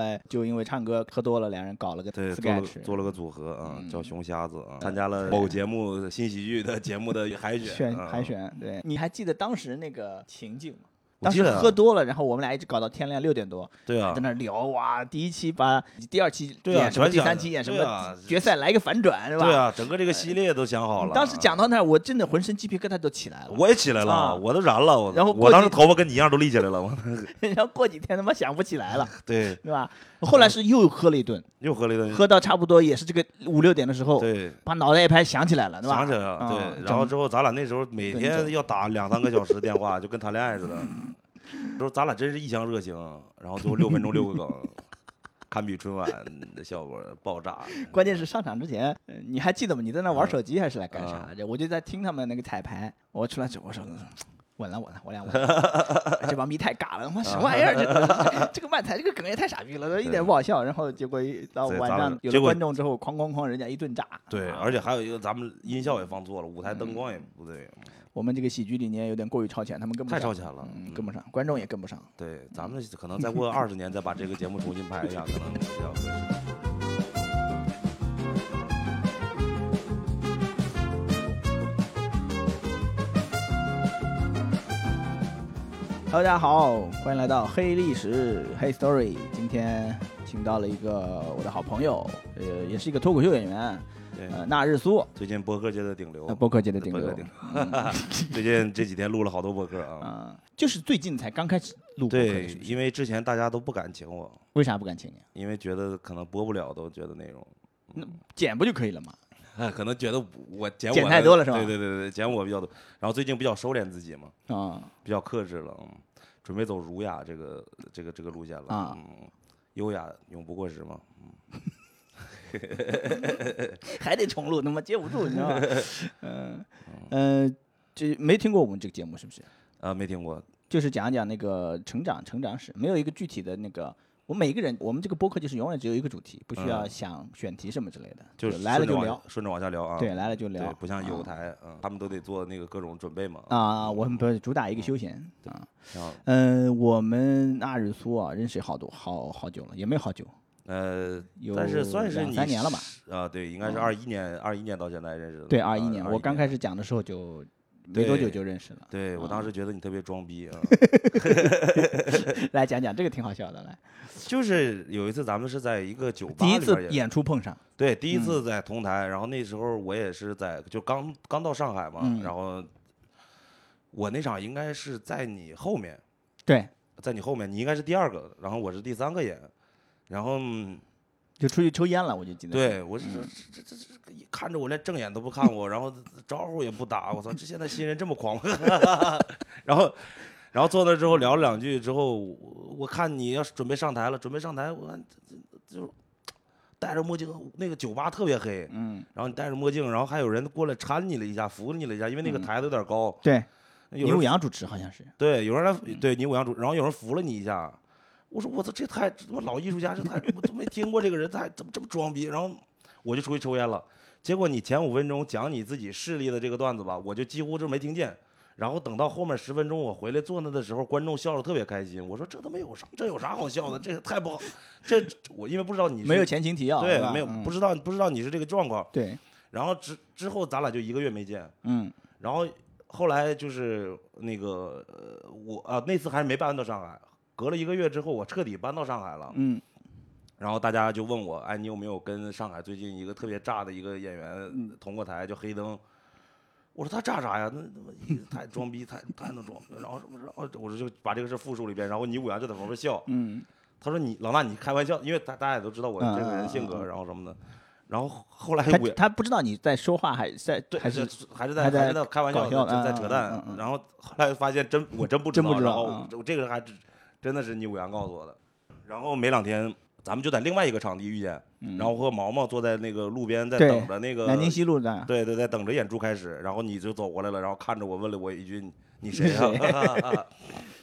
哎，就因为唱歌喝多了，两人搞了个对，做了 sketch，做了个组合啊，叫熊瞎子啊，参对加了某节目新喜剧的节目的海选，选啊海。选。对，你还记得当时那个情景吗？我当记时得啊喝多了，然后我们俩一直搞到天亮六点多，对啊在，那聊哇，第一期把第二期对啊演什么，全第讲三期演什对啊么，决赛来一个反转是吧？对啊，整个这个系列都想好了。啊当时讲到那儿，我真的浑身鸡皮疙瘩都起来了。我也起来啊了，我都燃了，我然后过我当时几头发跟你一样都立起来了，我 然后过几天他妈想不起来 了，对，对吧？后来是又喝了一顿，又喝了一顿，喝到差不多也是这个五六点的时候，对。把脑袋一拍想起来了，对吧？想起来了，啊对，然后之后咱俩那时候每整天整要打两三个小时电话，就跟谈恋爱似的。说咱俩真是一腔热情，然后最后六分钟六个 梗，堪比春晚的效果爆炸。关键是上场之前，呃你还记得吗？你在那嗯玩手机还是来干啥啊的？我就在听他们那个彩排。我出来之后，我说嗯稳了稳了，我俩 稳了。这帮逼太尬了，他妈什么玩意儿？这这 这个漫才这个梗也太傻逼了，一点不好笑。然后结果一到对晚咱上们有结了果观众之后，哐哐哐，人家一顿炸。对，啊嗯而且还有一个，咱们音效也放错了，舞台灯光也不对，我们这个喜剧理念有点过于超前，他们跟不太上，超前了，嗯，嗯跟不上，观众也跟不上。对，咱们可能再过二十年再把这个节目重新拍一下，可能比较合适。 Hello，大家好，欢迎来到黑历史黑 Story。今天请到了一个我的好朋友，呃，也是一个脱口秀演员，对，呃，那日苏。最近播客界的顶流呃，，播客界的顶播客流顶，流。 最近这几天录了好多播客啊。嗯，就是最近才刚开始录播客的，对是，不是因为之前大家都不敢请我，为啥不敢请你？啊因为觉得可能播不了，都觉得内容，剪不就 可以了嘛？哎，可能觉得我剪我剪的太多了是吧对对对对，剪我比较多。然后最近比较收敛自己嘛， 啊、比较克制了，嗯，准备走儒雅这个这个这个路线了啊嗯，优雅永不过时嘛。还得重录，他妈接不住，你 知道吗？嗯嗯，这、没听过我们这个节目是不是？啊，没听过，就是讲一讲那个成长成长史，没有一个具体的那个。我们每个人，我们这个播客就是永远只有一个主题，不需要嗯想选题什么之类的，就就是来了顺着就往聊，，顺着往下聊啊。对，来了就聊对，，不像有啊台，嗯，他们都得做那个各种准备嘛。啊，我们不是主打一个休嗯闲啊。然后嗯，我们那日苏啊，认识好多好好久了，也没有好久，呃，有但是算是两你三年了吧？嗯啊，对，应该是二一年，二一年到现在认识的。对，二一啊年，我刚开始讲的时候就没多久对就认识了。对我当啊时觉得你特别装逼啊，来讲讲这个挺好笑的，来， 就是有一次咱们是在一个酒吧第一里次边演演出碰上，对，第一次在同台，然后那时候我也是在就刚刚到上海嘛，嗯然后我那场应该是在你后面，对，在你后面，你应该是第二个，然后我是第三个演，然后就出去抽烟了，我就记得。，对我是这嗯这这这这看着我连正眼都不看我，然后招呼也不打，我操，这现在新人这么狂吗？ 然后然后坐那之后聊了两句之后，我我看你要是准备上台了，准备上台，我看这这就戴着墨镜，那个酒吧特别黑，嗯，然后你戴着墨镜，然后还有人过来搀你了一下，扶你了一下，因为那个嗯台子有点高，对，有牛人羊主持好像是，对有人来嗯对你五羊主，然后有人扶了你一下，我说我操，这太这他妈老艺术家，这太我都没听过这个人，太怎么这么装逼？然后我就出去抽烟了，结果你前五分钟讲你自己势力的这个段子吧，我就几乎就没听见。然后等到后面十分钟，我回来坐那的时候，观众笑得特别开心。我说这他妈有啥？这有啥好笑的？这个太不好，这我因为不知道你是没有前情提要，对是吧没有嗯不知道不知道你是这个状况。对，然后之之后咱俩就一个月没见，嗯然后后来就是那个呃，我啊那次还是没搬到上海，隔了一个月之后我彻底搬到上海了，嗯，然后大家就问我，哎，你有没有跟上海最近一个特别炸的一个演嗯员同过台，叫黑灯？我说他炸啥呀？那他妈一太装逼，太太能装。然后什么，然后我就把这个事复述了一遍。然后你五羊就在旁边笑，嗯，他说你老大你开玩笑，因为大大家也都知道我这个人嗯性嗯嗯格，嗯然后什么的。然后后来他五羊他不知道你在说话还在对，还是还是在还还在是在开玩搞笑，笑在在嗯嗯扯淡嗯嗯。然后后来发现真我真不真不知然道啊后我这个人还真真的是你五羊告诉我的。然后没两天，咱们就在另外一个场地遇见，然后和毛毛坐在那个路边在嗯对等着那个南京西路那儿，对对，在等着演出开始。然后你就走过来了，然后看着我问了我一句：“你你谁啊？” 啊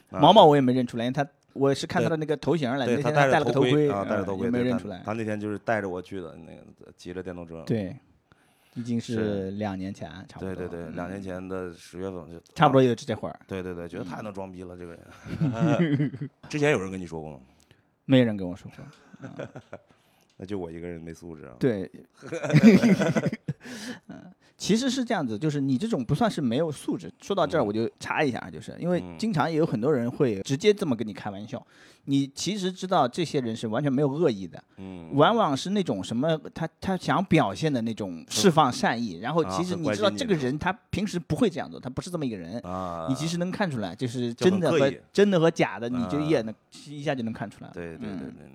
毛毛我也没认出来，因为他我是看他的那个头型来，那对天他戴戴了个头头盔啊，戴着嗯头也盔，没对认他出来他，那天就是带着我去的，那个骑着电动车。对，已经是是两年前差不多，对对对，嗯两年啊前的十月份就差不多也就这会儿，对对对，嗯 觉得太能装逼了，这个人。之前有人跟你说过吗？没人跟我说过，那就我一个人没素质啊。 对， 嗯，其实是这样子，就是你这种不算是没有素质。说到这儿，我就查一下啊，就是因为嗯经常也有很多人会直接这么跟你开玩笑，你其实知道这些人是完全没有恶意的，嗯，往往是那种什么他他想表现的那种释放善意，然后啊其实很你关知道心这你个的人他平时不会这样做，他不是这么一个人。啊，你其实能看出来，就是就真很的刻和意真的和假的，你就一啊眼能一下就能看出来。对对对嗯对对，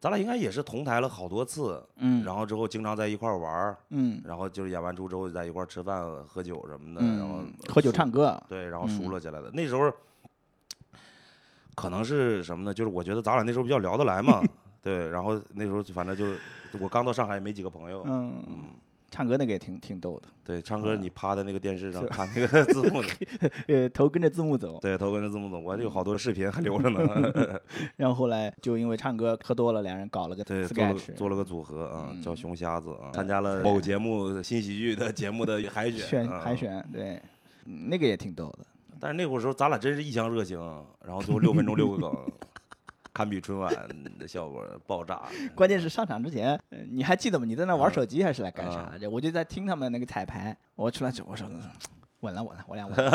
咱俩应该也是同台了好多次，嗯然后之后经常在一块儿玩儿，嗯然后就是演完出之后在一块儿吃饭、喝酒什么的，然后嗯，喝酒熟唱歌，对，然后嗯熟络起来的。那时候可能是什么呢？就是我觉得咱俩那时候比较聊得来 嘛，对。然后那时候就反正就我刚到上海，也没几个朋友。嗯，嗯，唱歌那个也挺挺逗的。对，唱歌嗯你趴在那个电视上看那个 字幕的，呃，头跟着字幕走，对，头跟着字幕走，我有好嗯多视频还留着呢。 然后后来就因为唱歌喝多了，两人搞了个对，做了 sketch，做了个组合啊，叫嗯熊瞎子啊，参加了某节目新喜剧的节目的海选，选海嗯选，对，嗯那个也挺逗的。但是那会儿时候，咱俩真是一腔热情，然后最后六分钟六个梗， 堪比春晚的效果爆炸。 关键是上场之前，呃你还记得吗？你在那玩手机还是来干啥啊来着？我就在听他们那个彩排，我出来之后我说。稳了，稳了，我俩稳 了。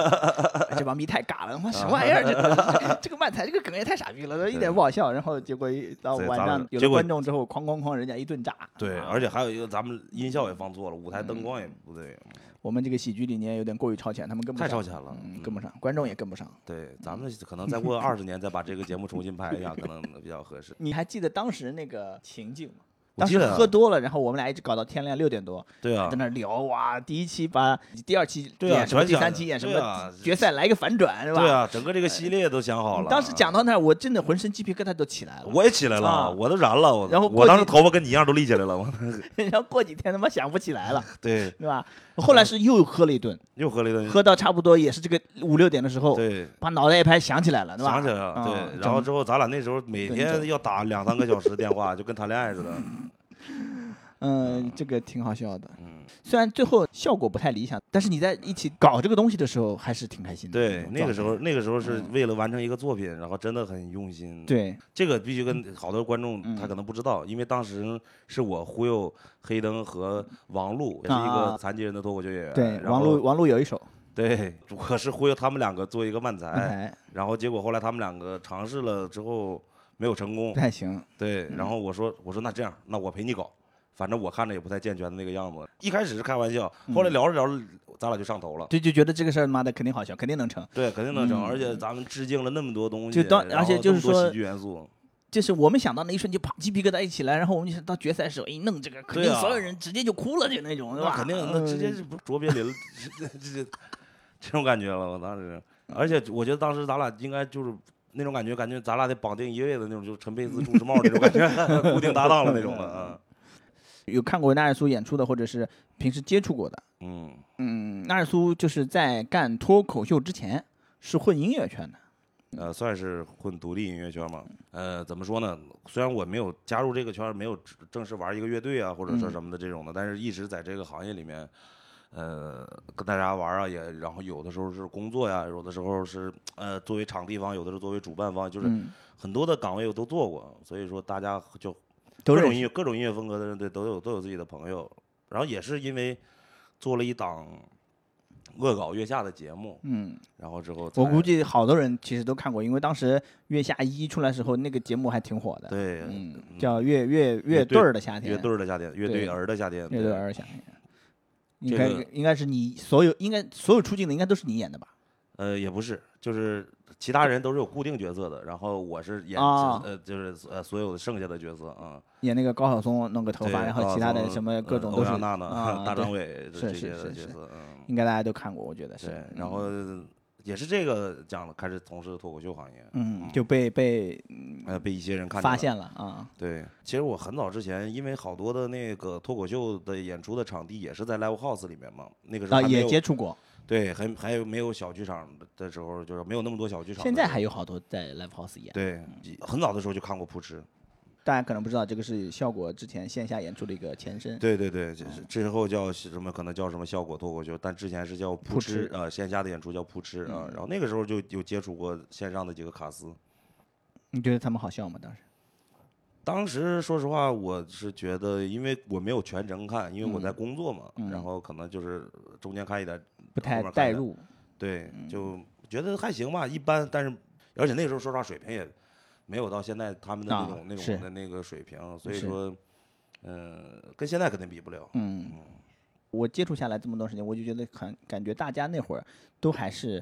哎这帮逼太尬了，啊他妈什么玩意儿？这 这这个漫才，这个梗也太傻逼了，一点不好笑。然后结果一到对晚咱上们有结了果观众之后，哐哐哐，人家一顿炸。对，啊而且还有一个，咱们音效也放错了，舞台灯光也不对，我们这个喜剧理念有点过于超前，他们跟不太上，超前了。嗯，嗯跟不上，观众也跟不上。对，咱们可能再过二十年再把这个节目重新拍一下，可能比较合适。你还记得当时那个情景吗？我当记时得啊喝多了，然后我们俩一直搞到天亮六点多，对啊在，那聊哇，第一期把第二期对啊演什么，全第三想期演什对啊么，决赛来一个反转是吧？对啊，整个这个系列都想好嗯了。当时讲到那儿，我真的浑身鸡皮疙瘩都起来了。我也起来啊了，我都燃了，我然后过我当时去头发跟你一样都立起来了，我 然后过几天他妈想不起来 了，对， 对吧？后来是又喝了一顿，又喝了一顿，喝到差不多也是这个五六点的时候，对。把脑袋一拍想起来了，对吧？想起来了，啊对，然后之后咱俩那时候每整天整要打两三个小时电话，就跟谈恋爱似的。嗯，这个挺好笑的。嗯，虽然最后效果不太理想，但是你在一起搞这个东西的时候还是挺开心的。对，种那嗯个状时候态嗯那个时候是为了完成一个作品，然后真的很用心。，对，这个必须跟好多观众嗯他可能不知道，因为当时是我忽悠黑灯和王璐，也是一啊个残疾人的脱口秀演员。对，呃然王后璐，王璐有一首对，我是忽悠他们两个做一个漫刚才，才然后结果后来他们两个尝试了之后没有成功不。太行，对，然后我说我说那这样，那我陪你搞，反正我看着也不太健全的那个样子。一开始是开玩笑，后来嗯聊着聊着，咱俩就上头了。就就觉得这个事儿妈的肯定好笑，肯定能成。对，肯定能成，而且咱们致敬了那么多东西，嗯就当然而且后就这是么多说喜剧元素，就是我们想到那一瞬间，啪，鸡皮疙瘩一起来，然后我们就想到决赛的时候，一哎弄这个，肯对定啊所有人直接就哭了，就那种，对那吧？肯定那直接嗯是不是卓别林了这这这种感觉了，我当时，而且我觉得当时咱俩应该就是。那种感觉，感觉咱俩得绑定一个月的那种，就是陈佩斯、朱时茂那种感觉 ，固定搭档了那种了啊。有看过纳尔苏演出的，或者是平时接触过的。嗯，嗯，纳尔苏就是在干脱口秀之前是混音乐圈的，呃，算是混独立音乐圈嘛。嗯呃，怎么说呢？虽然我没有加入这个圈儿，没有正正式玩一个乐队啊，或者说嗯什么的这种的，但是一直在这个行业里面，呃，跟大家玩儿啊，也然后有的时候是工作呀，有的时候是呃作为场地方，有的是作为主办方，就是嗯，很多的岗位我都做过，所以说大家就都各认种识音乐各种音乐风格的人对都有都有自己的朋友，然后也是因为做了一档恶搞月下的节目，嗯，然后之后我才估计好多人其实都看过，因为当时《月下一》出来的时候，那个节目还挺火的。，对。嗯，嗯叫乐乐乐乐队队儿的夏天，乐队儿的夏天，乐队对儿的夏天，乐队对儿的夏天，应这该个应该是你所有应该所有出镜的应该都是你演的吧？呃，也不是，就是其他人都是有固定角色的，然后我是演、啊呃，就是呃所有剩下的角色啊，演那个高晓松弄个头对发，然后高其晓他的松什么各呃种欧都是阳娜娜、啊，大对张伟是这是些是的是角色，嗯，应该大家都看过，我觉得是嗯对。，然后也是这个讲了，开始从事脱口秀行业，嗯，就被被呃被一些人看见发了现了啊，对，其实我很早之前，因为好多的那个脱口秀的演出的场地也是在 live house 里面嘛，那个时候啊还没也有接触过，对，还还有没有小剧场的时候，就是没有那么多小剧场的时候。现在还有好多在 live house 演，对，嗯很早的时候就看过扑哧，大家可能不知道这个是效果之前线下演出的一个前身，对对对，这是之后叫什么？可能叫什么效果脱口秀，但之前是叫扑扑哧哧啊，线下的演出叫扑哧嗯啊。然后那个时候就有接触过线上的几个卡司，你觉得他们好笑吗？当时当时说实话，我是觉得，因为我没有全程看，因为我在工作嘛，嗯然后可能就是中间看一点，不太后面看代的入，对，嗯就觉得还行吧，一般。但是，而且那时候说实话，水平也没有到现在他们的那啊种、那是种的那个水平，所以是说，嗯、跟现在肯定比不了。嗯，我接触下来这么多时间，我就觉得很感觉大家那会儿都还是，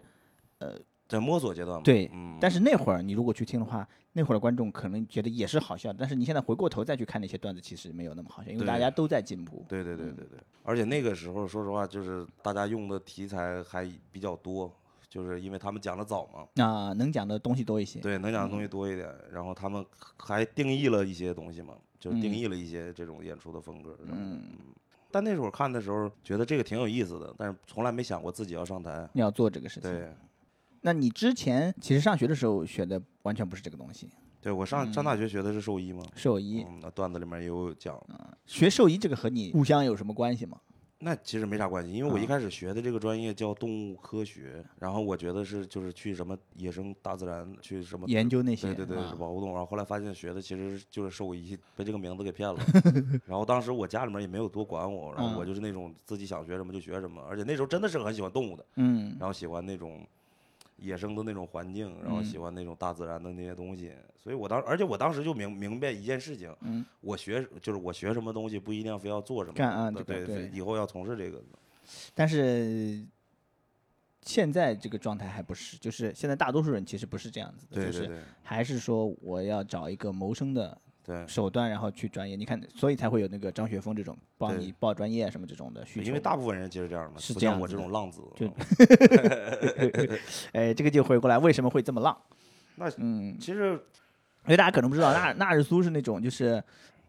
在摸索阶段嘛，对嗯，但是那会儿你如果去听的话，那会儿的观众可能觉得也是好笑，但是你现在回过头再去看那些段子，其实没有那么好笑，因为大对家都在进步。对对对对对，而且那个时候说实话，就是大家用的题材还比较多，就是因为他们讲的早嘛，那、能讲的东西多一些，对，能讲的嗯东西多一点。然后他们还定义了一些东西嘛，就是定嗯义了一些这种演出的风格。嗯，但那时候看的时候，觉得这个挺有意思的，但是从来没想过自己要上台。你要做这个事情。对，那你之前其实上学的时候学的完全不是这个东西，对我上上大学学的是兽医嘛，嗯兽医。嗯，那段子里面也有讲，学兽医这个和你故乡有什么关系吗？那其实没啥关系，因为我一啊开始学的这个专业叫动物科学，然后我觉得是就是去什么野生大自然去什么研究那些，对对对，啊、保护动物。然后后来发现学的其实就是兽医，被这个名字 给骗了。然后当时我家里面也没有多管我，然后我嗯就是那种自己想学什么就学什么，而且那时候真的是很喜欢动物的，嗯，然后喜欢那种野生的那种环境，然嗯后喜欢那种大自然的那些东西。所以我当，而且我当时就明明白一件事情，嗯我学就是我学什么东西不一定非要做什么，干啊这对个对以后要从事这个。但是现在这个状态还不是，就是现在大多数人其实不是这样子的，对就对是对还是说我要找一个谋生的对。手段，然后去专业。你看，所以才会有那个张雪峰这种帮对你报专业啊什么这种的需求。因为大部分人其实这样的，是不这像样我子这的种浪子。啊就哎，这个就回过来，为什么会这么浪？那嗯，其实因为大家可能不知道，纳纳日苏是那种就是。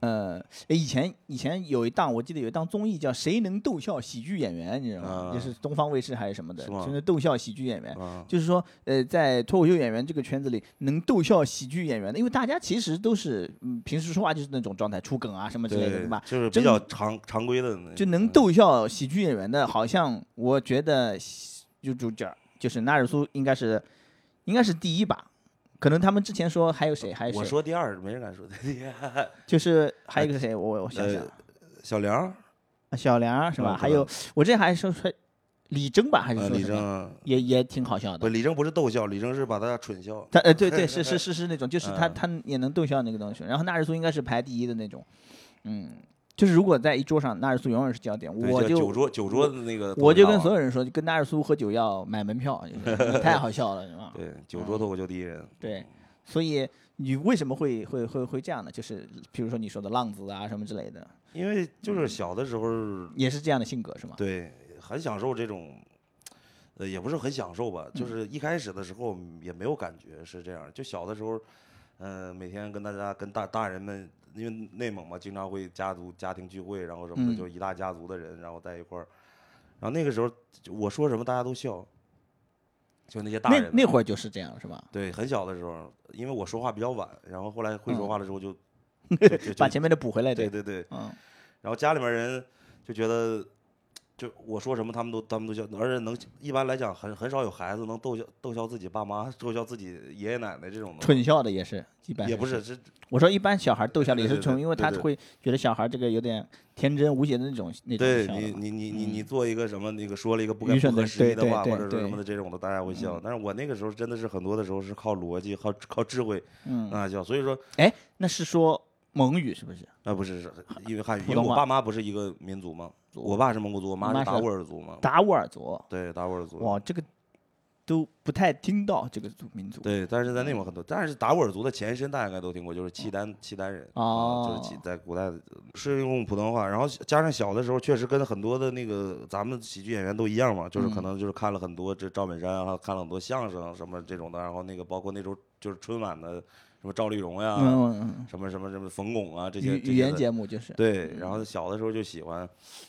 呃，哎以前以前有一档，我记得有一档综艺叫《谁能逗笑喜剧演员》，你知道吗？啊就是东方卫视还是什么的，是吗就是那逗笑喜剧演员。啊，就是说，呃，在脱口秀演员这个圈子里，能逗笑喜剧演员的，因为大家其实都是，嗯，平时说话就是那种状态，出梗啊什么之类的，对吧？就是比真较常常规的那，就能逗笑喜剧演员的，好像我觉得喜就主角就是纳尔苏应该是应该是第一吧。可能他们之前说还有谁，还有谁，我说第二，没人敢说第一。 就是还有哎一个谁，我我呃想想，小梁啊小梁儿是嗯吧？可还有我这还说说李征吧，还是呃，说李什么？征也也挺好笑不，的。李征不是逗笑，李征是把他蠢笑。他呃， 对对，是是是是那种，就是他嗯他也能逗笑那个东西。然后纳日苏应该是排第一的那种，嗯，就是如果在一桌上，纳日苏永远是焦点。对我叫就酒桌酒桌的啊那个脱我口秀大王，就跟所有人说，就跟纳尔苏喝酒要买门票， 就是你太好笑了，是吧？对酒桌脱口秀第一人，对，所以你为什么会会会会这样呢？就是比如说你说的浪子啊什么之类的，因为就是嗯小的时候，也是这样的性格是吗？对，很享受这种。呃，也不是很享受吧，嗯就是一开始的时候也没有感觉是这样，就小的时候，呃，每天跟大家跟大大人们，因为内蒙嘛，经常会家族家庭聚会，然后什么嗯的，就一大家族的人，然后在一块儿，然后那个时候就我说什么大家都笑，就那些大那人啊们那会儿就是这样是吧？对很小的时候，因为我说话比较晚，然后后来会说嗯话了之后 就就就就把前面的补回来对点，对对，嗯，然后家里面人就觉得，就我说什么他们都他们都笑，而且能一般来讲很很少有孩子能逗笑逗笑自己爸妈、逗笑自己爷爷奶奶这种的，蠢笑的也是，一般嗯也不是，是我说一般小孩逗笑的也对是对蠢，对因为对他对会觉得小孩这个有点天真无邪的那种那种对笑你的嘛。嗯你你你你做一个什么那个说了一个不愚该不蠢的合时宜对的对话对或者说什对嗯么的这种的，大家会笑。但是我那个时候真的是很多的时候是靠逻辑、靠靠智慧让嗯，他笑，所以说哎，那是说蒙语是不是？啊不是是因为汉语，普因为通我话爸妈不是一个民族嘛，我爸是蒙古族，我妈你妈是达是斡尔族嘛，达斡尔族，对达斡尔族。哇，这个都不太听到这个族民族。对，但是在内蒙很多，但是达斡尔族的前身大家应该都听过，就是契丹契丹人啊，就是契哦在古代的是用普通话，然后加上小的时候确实跟很多的那个咱们喜剧演员都一样嘛，就是可嗯能就是看了很多这赵本山啊，看了很多相声什么这种的，然后那个包括那时候就是春晚的什么赵丽蓉呀、嗯嗯嗯，什么什么什么冯巩啊这些语这语些言的节目就是。对，然后小的时候就喜欢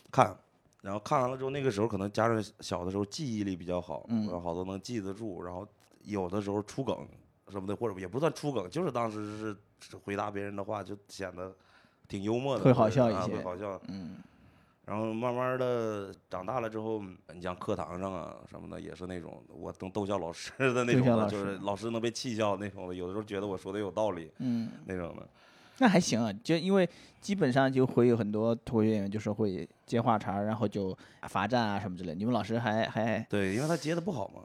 看，然后看完了之后，那个时候可能加上小的时候记忆力比较好，嗯然后好多能记得住，然后有的时候出梗什么的，或者也不算出梗，就是当时是是回答别人的话，就显得挺幽默的，会或好者笑一啊些会好笑。嗯，然后慢慢的长大了之后，你像课堂上啊什么的，也是那种我能逗笑老师的那逗种笑的，老就是师老师能被气笑那种的，有的时候觉得我说的有道理，嗯，那种的。那还行啊，就因为基本上就会有很多脱口秀演员就是会接话茬儿，然后就罚站啊什么之类的。你们老师还还对，因为他接的不好嘛，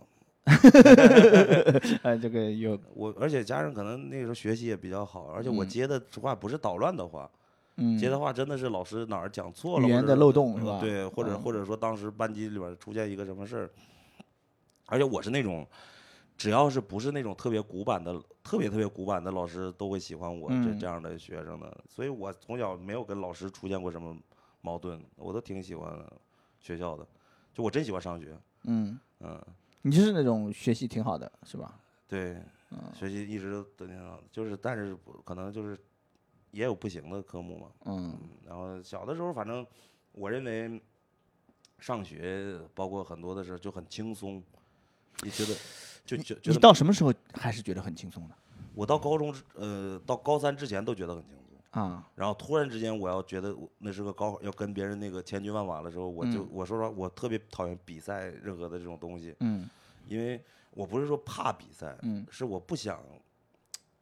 呃这个有我而且加上可能那个时候学习也比较好，而且我嗯接的话不是捣乱的话，嗯接的话真的是老师哪儿讲错了，语言或的者漏洞是呃吧对，或者嗯或者说当时班级里边儿出现一个什么事儿，而且我是那种，只要是不是那种特别古板的、特别特别古板的老师，都会喜欢我这嗯这样的学生的，所以我从小没有跟老师出现过什么矛盾，我都挺喜欢学校的，就我真喜欢上学，嗯，嗯，你就是那种学习挺好的是吧？对，学习一直都都挺好的，就是但是不可能就是也有不行的科目嘛，嗯然后小的时候，反正我认为上学包括很多的时候就很轻松，你觉得就觉觉你得到什么时候还是觉得很轻松的我到高中之呃到高三之前都觉得很轻松，啊？然后突然之间我要觉得我那是个高考要跟别人那个千军万马的时候，我就、我说实话我特别讨厌比赛任何的这种东西，嗯因为我不是说怕比赛，嗯是我不想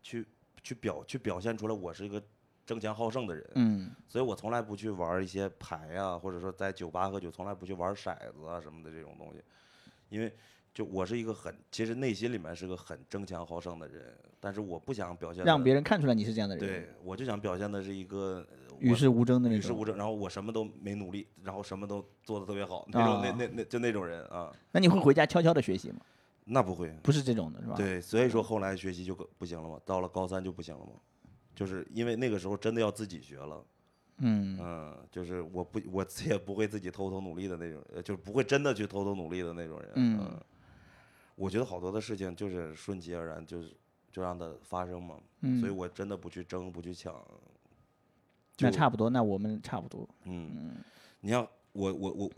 去去表去表现出来我是一个争强好胜的人，嗯所以我从来不去玩一些牌啊，或者说在酒吧喝酒，从来不去玩骰子啊什么的这种东西，因为就我是一个很，其实内心里面是个很争强好胜的人，但是我不想表现得让别人看出来你是这样的人，对，我就想表现的是一个呃与我世无争的那与世种。无争，然后我什么都没努力，然后什么都做的特别好，那种、那啊那那就那种人啊，那你会回家悄悄的学习吗？那不会，啊不是这种的是吧？，嗯嗯对，所以说后来学习就更不行了嘛，到了高三就不行了嘛，就是因为那个时候真的要自己学了。嗯嗯，就是我不我自己也不会自己偷偷努力的那种，呃就是不会真的去偷偷努力的那种人。嗯我觉得好多的事情就是顺其而然，就是就让它发生嘛。所以嗯，我真的不去争，不去抢。那就差不多，那我们差不多。嗯，你像我我我，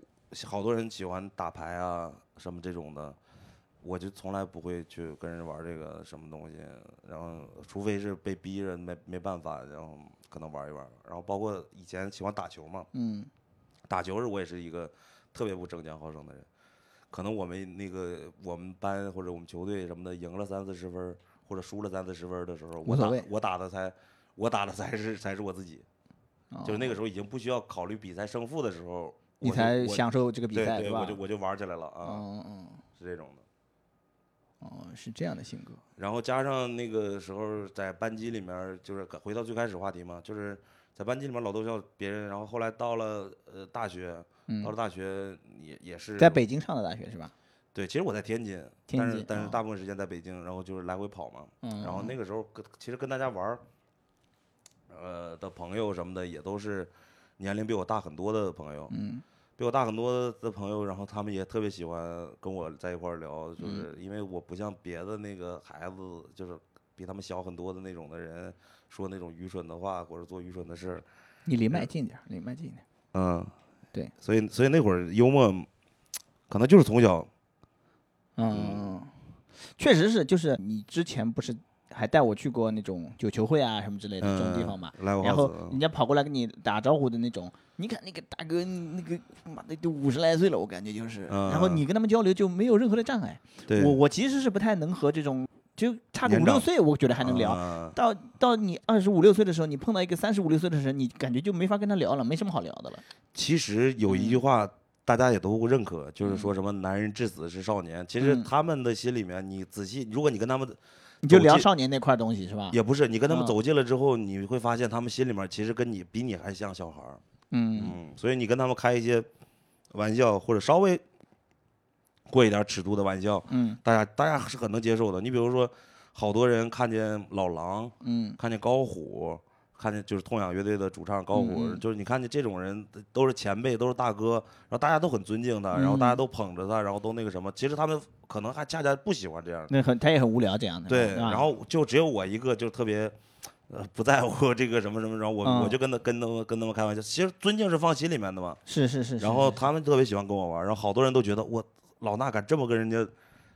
好多人喜欢打牌啊什么这种的，我就从来不会去跟人玩这个什么东西，然后除非是被逼着没没办法，然后可能玩一玩。然后包括以前喜欢打球嘛，嗯打球时我也是一个特别不争强好胜的人，可能我们那个我们班或者我们球队什么的赢了三四十分儿，或者输了三四十分儿的时候，无我所打谓我打的才我打的才是才是我自己，哦就是那个时候已经不需要考虑比赛胜负的时候，你我就才我享受这个比对赛对，吧？我就我就玩起来了啊，嗯嗯是这种的。哦，是这样的性格。然后加上那个时候在班级里面儿，就是回到最开始话题嘛，就是在班级里面老逗笑别人，然后后来到了呃大学，到了嗯，大学也也是在北京上的大学是吧？对，其实我在天津，天但是津但是哦大部分时间在北京，然后就是来回跑嘛。嗯，然后那个个时候跟其实跟大家玩儿，呃的朋友什么的也都是年龄比我大很多的朋友，嗯比我大很多的朋友，然后他们也特别喜欢跟我在一块儿聊，嗯就是因为我不像别的那个孩子，就是比他们小很多的那种的人说那种愚蠢的话或者做愚蠢的事儿，你离麦近点儿，离麦近点儿。嗯，对，所以所以那会儿幽默可能就是从小嗯，确实是，就是你之前不是还带我去过那种九球会啊什么之类的这种地方嘛？嗯来我然好后子嗯人家跑过来跟你打招呼的那种，你看那个大哥，那个妈的都五十来岁了，我感觉就是。然后嗯你跟他们交流就没有任何的障碍。对我我其实是不太能和这种就差个年五六长岁，我觉得还能聊。啊到到你二十五六岁的时候，你碰到一个三十五六岁的人，你感觉就没法跟他聊了，没什么好聊的了。其实有一句嗯话大家也都认可，就是说什么“男人至死是少年”。其实嗯他们的心里面，你仔细，如果你跟他们你就走聊进少年那块东西是吧？也不是，你跟他们嗯走近了之后，你会发现他们心里面其实跟你比你还像小孩儿。嗯嗯，所以你跟他们开一些玩笑，或者稍微过一点尺度的玩笑，嗯大家大家是很能接受的。你比如说，好多人看见老狼，嗯看见高虎，看见就是痛仰乐队的主唱高虎，嗯嗯就是你看见这种人都是前辈，都是大哥，然后大家都很尊敬他，嗯然后大家都捧着他，然后都那个什么，其实他们可能还恰恰不喜欢这样的，那很他也很无聊这样的。嗯对，是吧然后就只有我一个就特别。呃，不在乎这个什么什么，然后我、嗯我就跟他跟他们跟他们开玩笑，其实尊敬是放心里面的嘛。是是是，是然后是他们特别喜欢跟我玩，然后好多人都觉得我老衲敢这么跟人家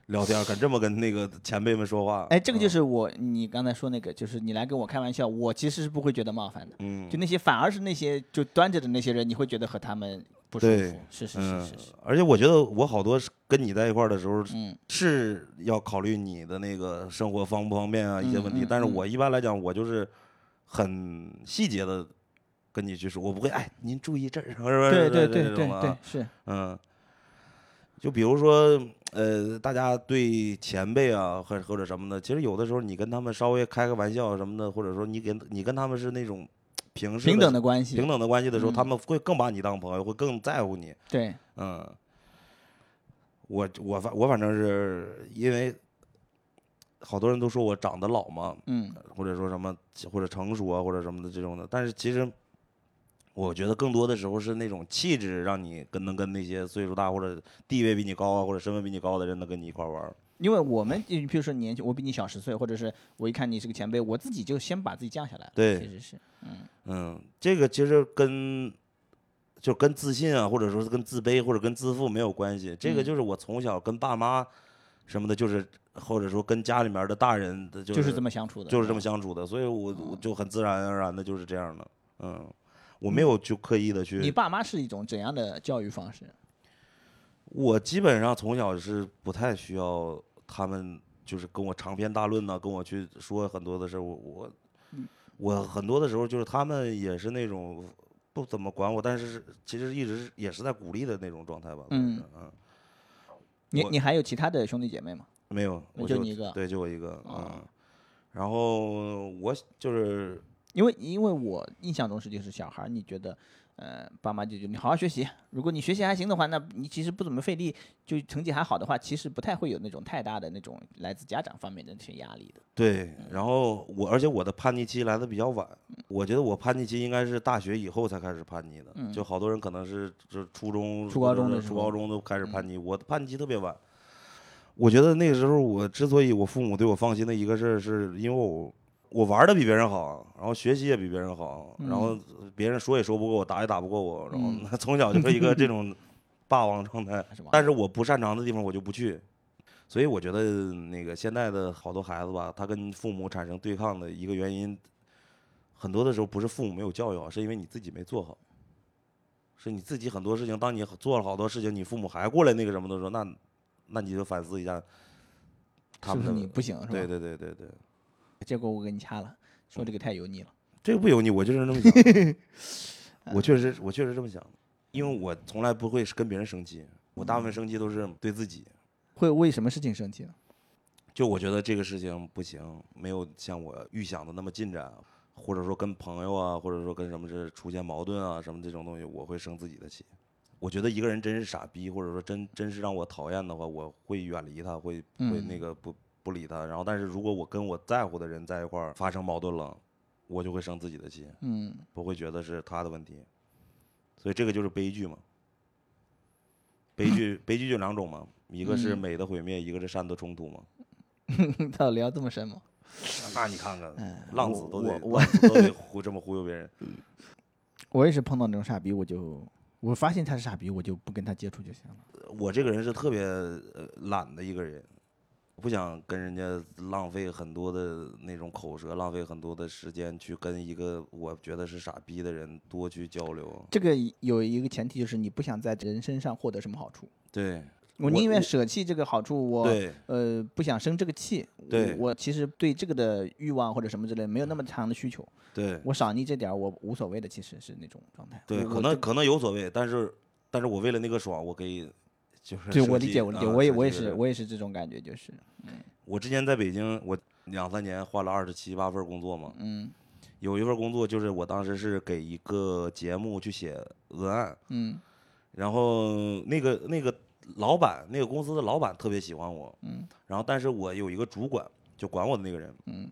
聊天，敢这么跟那个前辈们说话。哎，这个就嗯是我你刚才说那个，就是你来跟我开玩笑，我其实是不会觉得冒犯的。嗯，就那些反而是那些就端着的那些人，你会觉得和他们不舒对服。是是嗯是是是，，而且我觉得我好多是跟你在一块儿的时候嗯是要考虑你的那个生活方不方便啊一些问题嗯嗯，但是嗯我一般来讲我就是很细节的跟你去说，我不会哎，您注意这儿，是不是？对对这对这对种啊对，是嗯，就比如说，呃，大家对前辈啊，或或者什么的，其实有的时候你跟他们稍微开个玩笑什么的，或者说你跟你跟他们是那种平视平等的的关系，平等的关系的时候，嗯他们会更把你当朋友，会更在乎你。对，嗯，我我反我反正是因为好多人都说我长得老嘛，嗯或者说什么或者成熟啊，或者什么的这种的。但是其实我觉得更多的时候是那种气质，让你跟能跟那些岁数大或者地位比你高啊，或者身份比你高的人能跟你一块玩儿。因为我们你比如说年纪，我比你小十岁，或者是我一看你是个前辈，我自己就先把自己降下来了，对其实是，嗯，嗯，这个其实跟就跟自信啊，或者说是跟自卑或者跟自负没有关系。这个嗯就是我从小跟爸妈什么的，就是或者说跟家里面的大人的，就就是是这么相处的，就是这么嗯哦相处的，所以我我就很自然而然的就是这样的。嗯，我没有去刻意的去。你爸妈是一种怎样的教育方式？我基本上从小是不太需要他们就是跟我长篇大论呢、跟我去说很多的事儿。我我嗯我很多的时候就是他们也是那种不怎么管我，但是是其实一直是也是在鼓励的那种状态吧。嗯反正嗯，你我你还有其他的兄弟姐妹吗？没有，那我就你一个对，就我一个。哦嗯，然后我就是因为因为我印象中是就是小孩，儿，你觉得，呃，爸妈就觉得你好好学习，如果你学习还行的话，那你其实不怎么费力，就成绩还好的话，其实不太会有那种太大的那种来自家长方面的那些压力的。对，然后我而且我的叛逆期来的比较晚，我觉得我叛逆期应该是大学以后才开始叛逆的，就好多人可能是就是初中、嗯初高或者中的是时初候嗯高中都开始叛逆，我的叛逆期特别晚。我觉得那个时候我之所以我父母对我放心的一个事儿，是因为我我玩的比别人好，然后学习也比别人好，然后别人说也说不过我，打也打不过我，然后嗯从小就是一个这 种霸王状态。是吧？但是我不擅长的地方我就不去，所以我觉得那个现在的好多孩子吧，他跟父母产生对抗的一个原因，很多的时候不是父母没有教育好，是因为你自己没做好，是你自己很多事情，当你做了好多事情，你父母还过来那个什么的时候，那那你就反思一下，他是不们是你的不行是吧？对对对对对，结果我给你掐了，说这个太油腻了。这个不油腻，我就是这么想 的，我确实我确实这么想的，因为我从来不会是跟别人生气，我大部分生气都是对自己。会为什么事情生气呢？就我觉得这个事情不行，没有像我预想的那么进展，或者说跟朋友啊，或者说跟什么这出现矛盾啊，什么这种东西，我会生自己的气。我觉得一个人真是傻逼，或者说真真是让我讨厌的话，我会远离他，会会嗯那个不不理他。然后，但是如果我跟我在乎的人在一块儿发生矛盾了，我就会生自己的气，嗯， 不会觉得是他的问题。所以这个就是悲剧嘛。悲剧悲剧就两种嘛，一个是嗯美的毁灭，一个是善的冲突嘛。到底聊这么深吗？那你看看，浪子都得嗯我我浪 子都得忽这么忽悠别人。我也是碰到那种傻逼，我就我发现他是傻逼，我就不跟他接触就行了。我这个人是特别呃懒的一个人，不想跟人家浪费很多的那种口舌，浪费很多的时间去跟一个我觉得是傻逼的人多去交流。这个有一个前提就是你不想在人身上获得什么好处，对我我宁愿我舍弃这个好处，我对呃，不想生这个气。对我，我其实对这个的欲望或者什么之类没有那么强的需求。对我少你这点儿，我无所谓的，其实是那种状态。对，我可能可能有所谓，但是但是我为了那个爽，我可以就是对舍我理弃解，我理解，啊我也我舍也弃这是个我也是这种感觉，就是我之前在北京，我两三年换了二十七八份工作嘛。嗯，有一份工作就是我当时是给一个节目去写文案，嗯然后那个那个老板，那个公司的老板特别喜欢我。嗯，然后但是我有一个主管，就管我的那个人。嗯，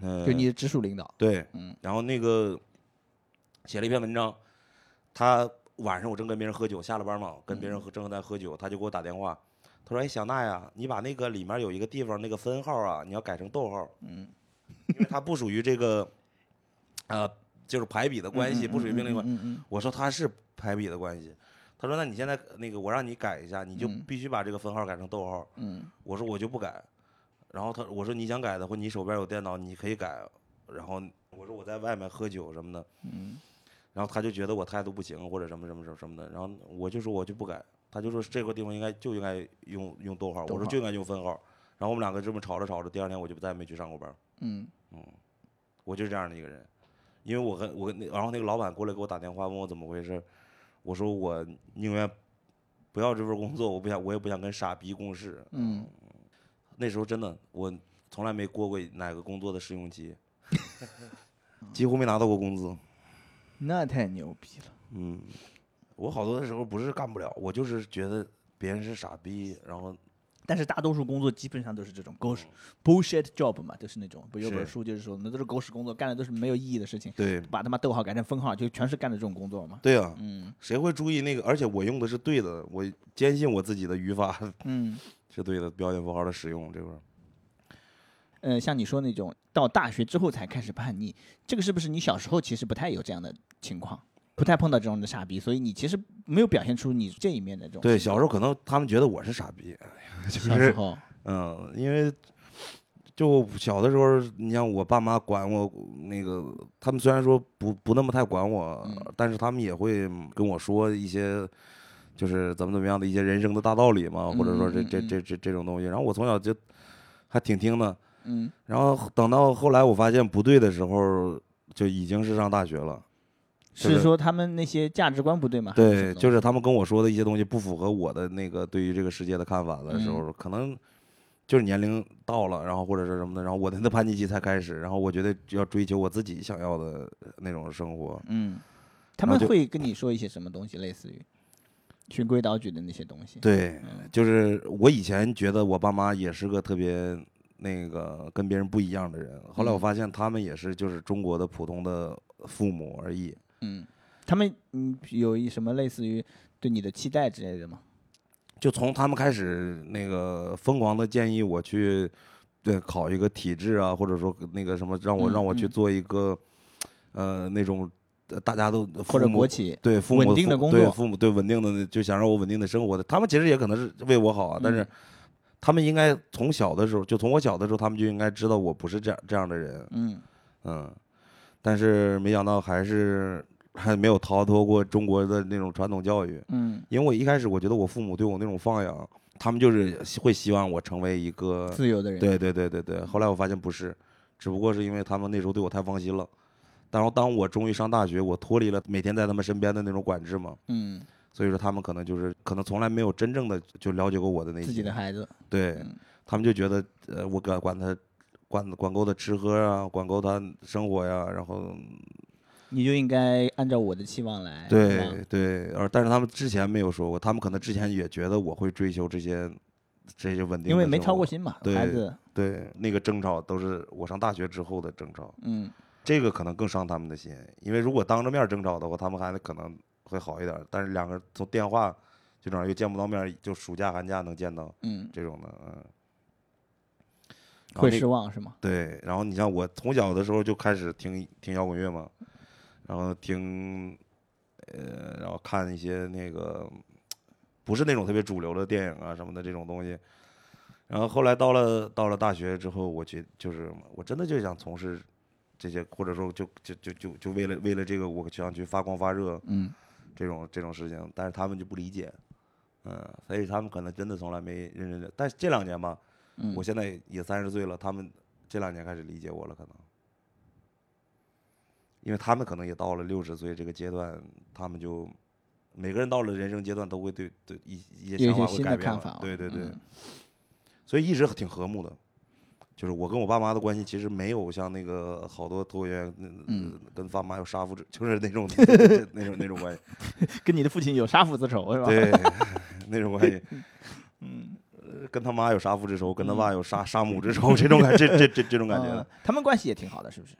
呃就你的直属领导，对，嗯，然后那个写了一篇文章，他晚上我正跟别人喝酒，下了班嘛，跟嗯别人喝正在喝酒，他就给我打电话，他说：“哎，小娜呀，你把那个里面有一个地方那个分号啊，你要改成逗号，嗯，因为它不属于这个，呃，就是排比的关系，不属于命令关系。嗯嗯我说他是排比的关系。他说：“那你现在那个，我让你改一下，你就必须把这个分号改成逗号。”嗯我说我就不改。然后他我说你想改的话，你手边有电脑，你可以改。然后我说我在外面喝酒什么的，嗯然后他就觉得我态度不行或者什么什么什么什么的，然后我就说我就不改，他就说这个地方应该就应该用用逗号，逗我说号就应该用分号。然后我们两个这么吵着吵着，第二天我就再也没去上过班，嗯嗯，我就是这样的一个人。因为我跟我跟那然后那个老板过来给我打电话问我怎么回事，我说我宁愿不要这份工作，我不想我也不想跟傻逼共事。嗯，那时候真的我从来没过过哪个工作的试用期， 几乎没拿到过工资。那太牛逼了。嗯，我好多的时候不是干不了，我就是觉得别人是傻逼，然后但是大多数工作基本上都是这种狗屎 bullshit job 嘛，就是那种不有本是书就是说那都是狗屎工作，干的都是没有意义的事情，对把他妈逗号改成分号，就全是干的这种工作嘛。对啊，嗯谁会注意那个？而且我用的是对的，我坚信我自己的语法 嗯是对的，标点符号的使用这块儿。呃，像你说那种到大学之后才开始叛逆，这个是不是你小时候其实不太有这样的情况，不太碰到这种的傻逼，所以你其实没有表现出你这一面的这种。对，小时候可能他们觉得我是傻逼， 就小时是候，嗯，因为就小的时候，你像我爸妈管我，那个他们虽然说不不那么太管我，嗯但是他们也会跟我说一些。就是怎么怎么样的一些人生的大道理嘛，或者说这嗯嗯这嗯这这这种东西，然后我从小就还挺听的，嗯，然后等到后来我发现不对的时候，就已经是上大学了。就是是说他们那些价值观不对吗？还什对，么就东是他们跟我说的一些东西不符合我的那个对于这个世界的看法的时嗯候，可能就是年龄到了，然后或者是什么的，然后我的叛逆期才开始，然后我觉得要追求我自己想要的那种生活西，嗯，他然们后就会跟你说一些什么东西，类似于循规蹈矩的那些东西。，对，嗯就是我以前觉得我爸妈也是个特别那个跟别人不一样的人，后来我嗯发现他们也是就是中国的普通的父母而已，嗯，他们嗯有一什么类似于对你的期待之类的吗？就从他们开始那个疯狂的建议我去，对，考一个体制啊，或者说那个什么，让我嗯让我去嗯做一个，呃，那种呃大家都或者父母国企？对父母稳定的父工对作父母对稳定的就想让我稳定的生活的，他们其实也可能是为我好啊，但是嗯他们应该从小的时候，就从我小的时候，他们就应该知道我不是这样这样的人，嗯，嗯，但是没想到还是还没有逃脱过中国的那种传统教育，嗯，因为我一开始我觉得我父母对我那种放养，他们就是希会希望我成为一个，自由的人。呃对对对对对。后来我发现不是，只不过是因为他们那时候对我太放心了。然后当我终于上大学，我脱离了每天在他们身边的那种管制嘛，嗯，所以说他们可能就是可能从来没有真正的就了解过我的内心，自己的孩子。对嗯他们就觉得呃我管管他管管够他吃喝啊，管够他生活呀、然后你就应该按照我的期望来。哎是吧对对，而但是他们之前没有说过，他们可能之前也觉得我会追求这些这些稳定的生活，因为没操过心嘛，对孩子，对那个争吵都是我上大学之后的争吵，嗯这个可能更伤他们的心，因为如果当着面争吵的话，他们还可能会好一点儿，但是两个人从电话就这样又见不到面儿，就暑假寒假能见到嗯，这种的，嗯，然后会那失望是吗？对，然后你像我从小的时候就开始听听摇滚乐嘛，然后听，呃，然后看一些那个不是那种特别主流的电影啊什么的这种东西，然后后来到了到了大学之后，我觉就是我真的就想从事这些，或者说就就就就就为了为了这个我想去发光发热嗯，这种这种事情，但是他们就不理解，嗯，所以他们可能真的从来没认真的，但是这两年吧，嗯我现在也三十岁了，他们这两年开始理解我了，可能，因为他们可能也到了六十岁这个阶段，他们就每个人到了人生阶段都会对对一一些有一些想法会新改的变看了法了。对对对，嗯所以一直挺和睦的。就是我跟我爸妈的关系，其实没有像那个好多脱口秀演员，嗯呃跟爸妈有杀父之，就是那种 那种那种关系，跟你的父亲有杀父之仇是吧？对 那种关系，嗯，跟他妈有杀父之仇，跟他爸有杀杀母之仇，这种感，这这这这种感觉的嗯。他们关系也挺好的，是不是？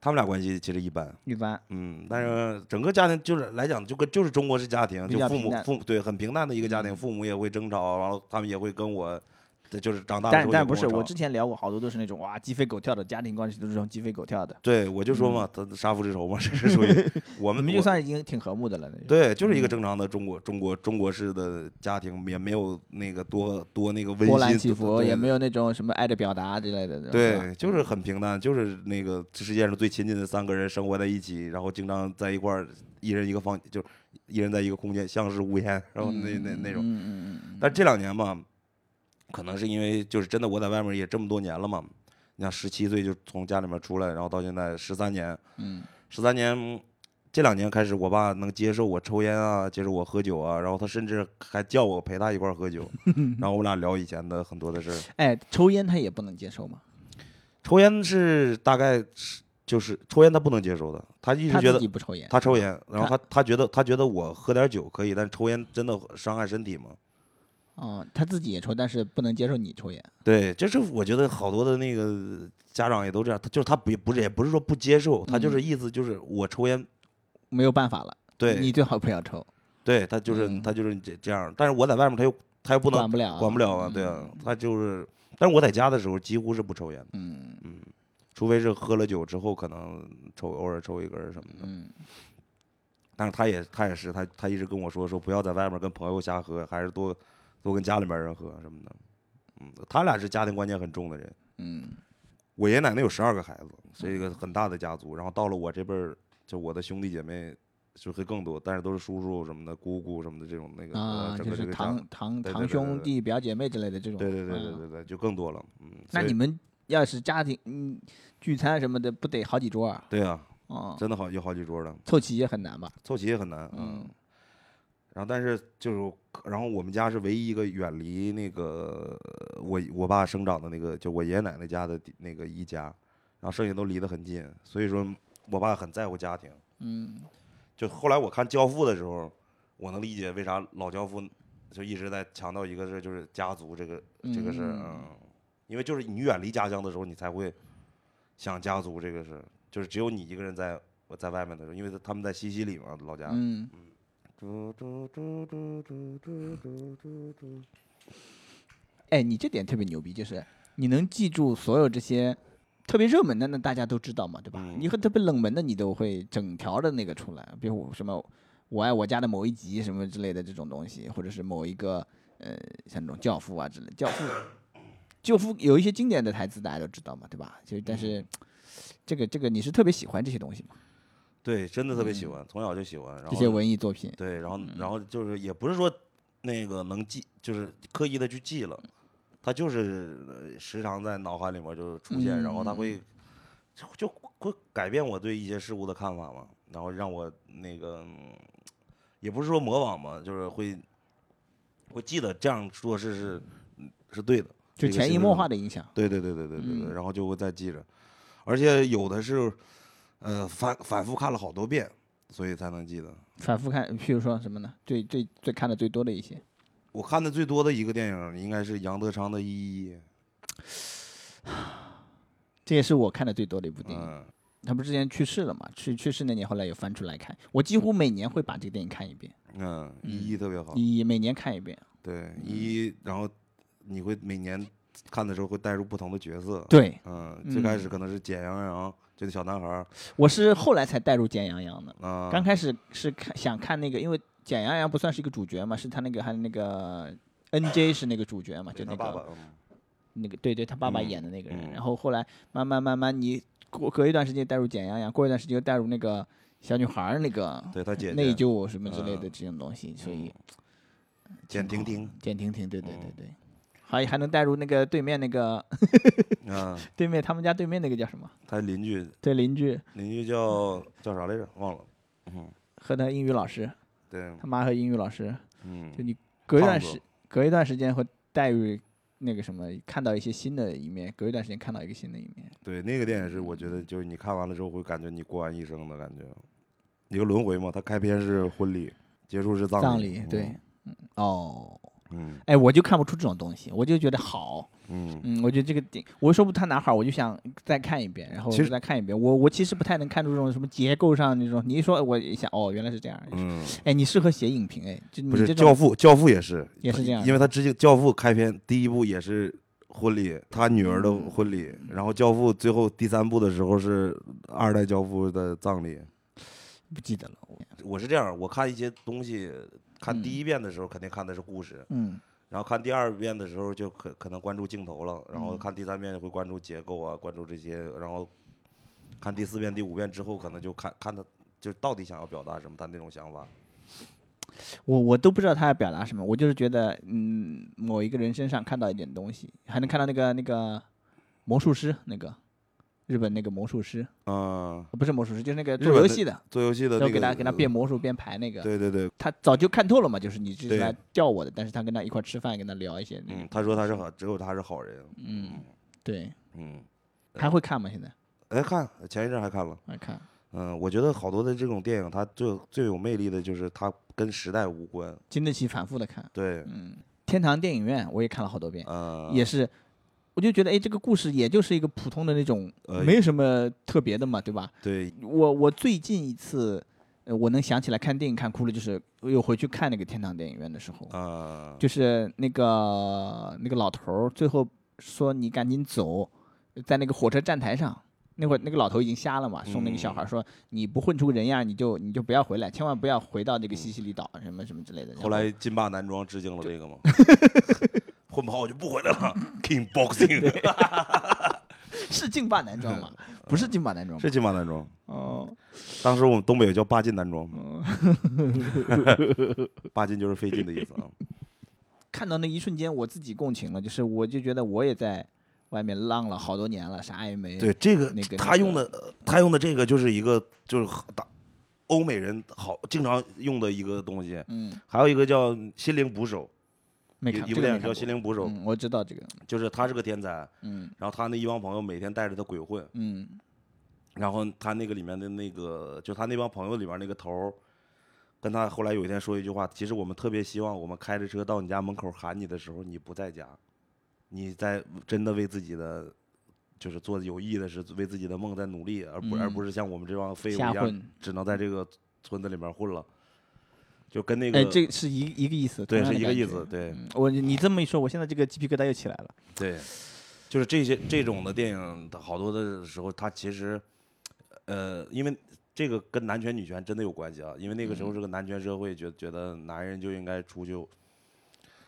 他们俩关系其实一般，一般，嗯，但是整个家庭就是来讲，就跟就是中国式家庭，比就较父平母淡嗯父母对很平淡的一个家庭，父母也会争吵，然后他们也会跟我，对就是长大的时但候但也不跟是，我之吵前聊过，好多都是那种哇鸡飞狗跳的家庭关系，都是这种鸡飞狗跳的。对我就说嘛，他杀父之仇嘛，这是 属于我嗯你们们我就算已嗯经挺和睦的了，那就对，就是一个正常的中国中国中国式的家庭，也没有那个多多那个温馨波澜起伏，对也没有那种什么爱的表达之类的。是吧嗯对，就是很平淡，就是那个这世界上最亲近的三个人生活在一起，然后经常在一块儿，一人一个房，就是一人在一个空间，相视无言，然后那那那种。嗯嗯嗯但这两年吧，可能是因为就是真的我在外面也这么多年了嘛，你像十七岁就从家里面出来，然后到现在十三年，嗯十三年，这两年开始，我爸能接受我抽烟啊，接受我喝酒啊，然后他甚至还叫我陪他一块儿喝 酒，然后我们俩聊以前的很多的事儿。哎，抽烟他也不能接受嘛，抽烟是大概是就是抽烟他不能接受的，他一直他觉自得己不抽烟。他抽烟，然后他他他觉得他觉得我喝点酒可以，但抽烟真的伤害身体吗？哦，他自己也抽，但是不能接受你抽烟。对，就是我觉得好多的那个家长也都这样，他就是他不不是也不是说不接受，他嗯就是意思就是我抽烟，没有办法了，对你最好不要抽，对，他就是、嗯他就是这这样，但是我在外面他又他又不能管不了，管不了啊，对啊，他就是，但是我在家的时候几乎是不抽烟的，嗯除非是喝了酒之后可能抽偶尔抽一根儿什么的，嗯，但是他也他也是他他一直跟我说说不要在外面跟朋友瞎喝，还是多多跟家里面人喝什么的，嗯，他俩是家庭观念很重的人。嗯我爷爷奶奶有十二个孩子，是一个很大的家族。然后到了我这辈儿，就我的兄弟姐妹就会更多，但是都是叔叔什么的、姑姑什么的这种那个、啊，呃整就个这是个家，堂堂对对堂对对兄对弟、表姐妹之类的这种。对对对嗯对对对，就更多了。嗯，那所以你们要是家庭嗯聚餐什么的，不得好几桌啊？对啊，哦，真的好有好几桌了，凑齐也很难吧？凑齐也很难。嗯，然后但是就是，然后我们家是唯一一个远离那个我我爸生长的那个，就我爷爷奶奶家的地那个一家，然后剩下都离得很近，所以说我爸很在乎家庭。嗯，就后来我看《教父》的时候，我能理解为啥老教父就一直在强调一个事儿，就是家族这个这个事儿，嗯，因为就是你远离家乡的时候，你才会想家族这个事儿，就是只有你一个人在我在外面的时候，因为他们在西西里嘛，老家。嗯，嘟嘟嘟嘟嘟嘟嘟嘟嘟哎，你这点特别牛逼，就是你能记住所有这些特别热门的，那大家都知道嘛，对吧？嗯你和特别冷门的，你都会整条的那个出来，比如什么《我爱我家》的某一集什么之类的这种东西，或者是某一个呃，像那种《教父》啊之类，《教父》《教父》有一些经典的台词大家都知道嘛，对吧？就但是。嗯这个这个你是特别喜欢这些东西嘛？对，真的特别喜欢，从小就喜欢。然嗯这些后文嗯艺作品，对，然后然后就是也不是说那个能记，就是刻意的去记了，它就是呃时常在脑海里面就出现，然后它会嗯就就会改变我对一些事物的看法嘛，然后让我那个嗯也不是说模仿吧，就是会会记得这样做事是嗯是对的，就这个潜形移式默上化的影响。对对对对对对对，嗯然后就会再记着，而且有的是呃反反复看了好多遍，所以才能记得。反复看，譬如说什么呢？最最最看的最多的一些，我看的最多的一个电影应该是杨德昌的《一一这也是我看的最多的一部》，电影。嗯，他不是之前去世了嘛？去去世那年，后来又翻出来看。我几乎每年会把这个电影看一遍，嗯，一一特别好，你每年看一遍。对一一，然后你会每年看的时候会带入不同的角色，，对，嗯，最开始可能是简阳阳，就那小男孩儿，我是后来才带入简阳阳的。啊，刚开始是看想看那个，因为简阳阳不算是一个主角嘛，是他那个还有那个 N J 是那个主角嘛，就对那他个爸爸，嗯那个对对，他爸爸嗯演的那个人。嗯然后后来慢慢慢慢，你过隔一段时间带入简阳阳，过一段时间又带入那个小女孩儿那个对他姐内姐疚什么之类的嗯这种东西，所以简婷婷，简婷婷，对对对嗯对，还还能带入那个对面那个 啊，对面他们家对面那个叫什么？他邻居对邻居邻居叫叫啥来着？忘了，嗯和他英语老师，对，他妈和英语老师，嗯就，你隔一段胖子时隔一段时间会带入那个什么，看到一些新的一面，隔一段时间看到一个新的一面。对，那个电影是我觉得就是你看完了之后会感觉你过完一生的感觉，一个轮回嘛。它开篇是婚礼，结束是葬葬礼礼，对，嗯，哦，嗯哎，我就看不出这种东西，我就觉得好，嗯嗯，嗯，我觉得这个电，我说不他哪好，我就想再看一遍，然后其实再看一遍。我我其实不太能看出这种什么结构上那种，你一说我一想，哦，原来是这样。嗯，哎，你适合写影评，哎，就你不是这《教种，父》，《教父》也是也是这样因为他之前《教父》开篇第一部也是婚礼，他女儿的嗯婚礼，然后《教父》最后第三部的时候是二代教父的葬礼。不记得了，我我是这样，我看一些东西，看嗯第一遍的时候肯定看的是故事，嗯然后看第二遍的时候就可可能关注镜头了，然嗯后看第三遍会关注结构啊，关注这些，然后看第四遍、第五遍之后，可能就看看他就到底想要表达什么，他那种想法。我我都不知道他要表达什么，我就是觉得，嗯，某一个人身上看到一点东西，还能看到那个那个魔术师那个日本那个魔术师，嗯，呃不是魔术师，就是那个日做本游的戏的，做游戏的然那后个嗯给他给他变魔术变牌那个，对对对，他早就看透了嘛，就是你这是对来钓我的，但是他跟他一块儿吃饭，跟他聊一些那嗯个，，他说他是好，只有他是好人，嗯，对，嗯，还会看吗？现在哎，看前一阵还看了，还看，嗯，我觉得好多的这种电影，它最最有魅力的就是它跟时代无关，经得起反复的看。对，嗯，天堂电影院我也看了好多遍，嗯，也是，我就觉得哎，这个故事也就是一个普通的那种，呃没有什么特别的嘛，对吧？对，我我最近一次，呃我能想起来看电影看哭了，就是我有回去看那个天堂电影院的时候，啊，就是那个那个老头儿最后说你赶紧走，在那个火车站台上。那会儿那个老头已经瞎了嘛，送那个小嗯孩儿说：“你不混出人样儿，你就你就不要回来，千万不要回到那个西西里岛什么什么之类的。”然嗯后来金霸男装致敬了这个嘛， 混不好我就不回来 了，King Boxing 是劲霸男装吗？不是劲霸男装吗 是？金霸男装，哦，当时我们东北有叫八进男装嘛， 八进就是费劲的意思啊，看到那一瞬间，我自己共情了，就是我就觉得我也在外面浪了好多年了，啥也没。对，这个那个他那用的呃他用的这个就是一个就是很大欧美人好经常用的一个东西，嗯，还有一个叫心灵捕手，没看一这一部个电没看影叫过《心灵捕手》，嗯，我知道这个，就是他是个天才，嗯然后他那一帮朋友每天带着他鬼混，嗯然后他那个里面的那个，就他那帮朋友里面那个头儿，跟他后来有一天说一句话，其实我们特别希望我们开着车到你家门口喊你的时候，你不在家，你在真的为自己的。就是做有意义的事，为自己的梦在努力，而不、而嗯不是像我们这帮废物一瞎样混，只能在这个村子里面混了，就跟那个、哎，这是一一个意思，对同样是的一个感意觉思，。对。嗯我你这么一说，我现在这个鸡皮疙瘩又起来了。对，就是这些这种的电影，它好多的时候，它其实，呃，因为这个跟男权女权真的有关系啊。因为那个时候是个男权社会，觉觉得男人就应该出去，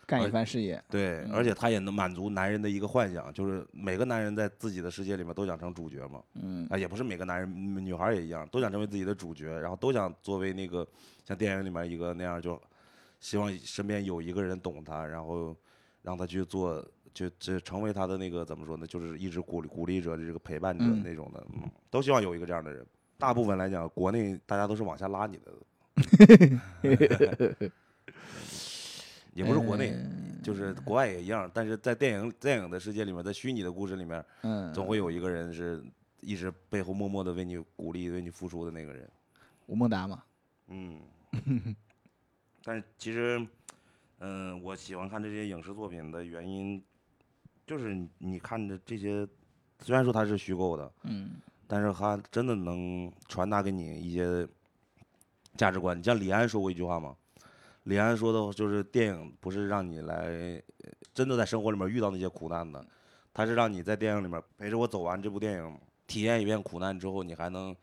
干一而番事业，对，而且他也能满足男人的一个幻想，就是每个男人在自己的世界里面都想成主角嘛。嗯，啊，也不是每个男人，女孩儿也一样，都想成为自己的主角，然后都想作为那个像电影里面一个那样，就希望身边有一个人懂他，然后让他去做，就就成为他的那个怎么说呢，就是一直鼓励鼓励者，这个陪伴者嗯那种的，嗯，都希望有一个这样的人。大部分来讲，国内大家都是往下拉你的，也不是国内，嗯就是国外也一样，但是在电影电影的世界里面，在虚拟的故事里面，嗯，总会有一个人是一直背后默默的为你鼓励、为你付出的那个人。吴孟达嘛，嗯，但是其实，嗯、我喜欢看这些影视作品的原因，就是你你看着这些，虽然说它是虚构的，嗯但是它真的能传达给你一些价值观。你像李安说过一句话嘛，李安说的就是电影不是让你来呃真的在生活里面遇到那些苦难的，它是让你在电影里面陪着我走完这部电影，体验一遍苦难之后，你还能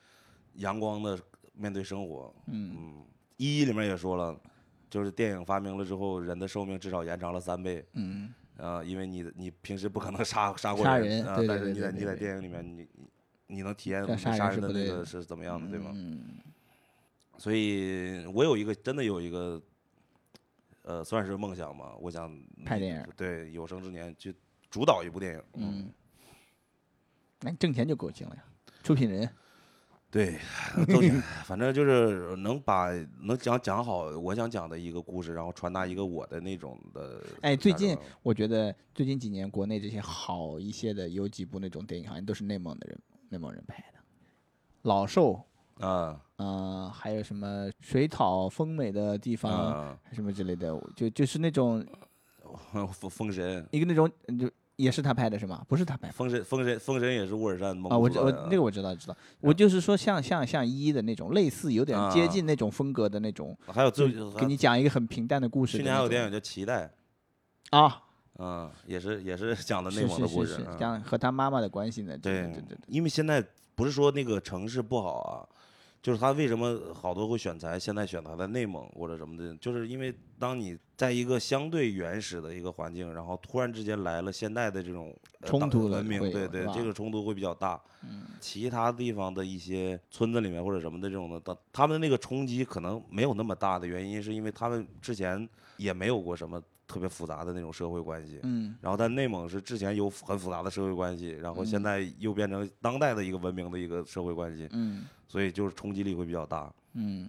阳光的面对生活。嗯嗯，一一里面也说了，就是电影发明了之后，人的寿命至少延长了三倍。嗯，啊，因为你你平时不可能杀杀过杀人人，啊对，但对是你对在对你在对电影里面，你你你能体验但你杀人杀是人的不那对个的是怎么样的，对吗？嗯，所以我有一个真的有一个，呃，算是梦想吧，我想拍电影，对有生之年去主导一部电影。嗯，那哎你挣钱就够劲了呀，出品人，对， 都行，反正就是能把能讲讲好我想讲的一个故事，然后传达一个我的那种的价值观。哎最近我觉得最近几年国内这些好一些的有几部那种电影，好像都是内蒙的人内蒙人拍的，《老兽》啊呃，还有什么水草丰美的地方、啊，什么之类的，我就就是那种 封封神，一个那种就也是他拍的是吗？不是他拍的封神，封神，封神也是乌尔善蒙啊，我古知族我的啊啊那个我知道知道，我就是说像像像一的那种类似有点接近那种风格的那种，还有就最给你讲一个很平淡的故事去的那种。年还有电影叫《脐带》，啊，嗯，也是也是讲的内是蒙是的故是事是，，嗯讲和他妈妈的关系呢？对对对对，因为现在不是说那个城市不好啊，就是他为什么好多会选材，现在选材在内蒙或者什么的，就是因为当你在一个相对原始的一个环境，然后突然之间来了现代的这种、呃冲当突了文明，会有对是对吧，嗯这个冲突会比较大。其他地方的一些村子里面或者什么的这种的，他他们那个冲击可能没有那么大的原因，是因为他们之前也没有过什么特别复杂的那种社会关系。嗯然后在内蒙是之前有很复杂的社会关系，然后现在又变成当代的一个文明的一个社会关系，嗯所以就是冲击力会比较大。嗯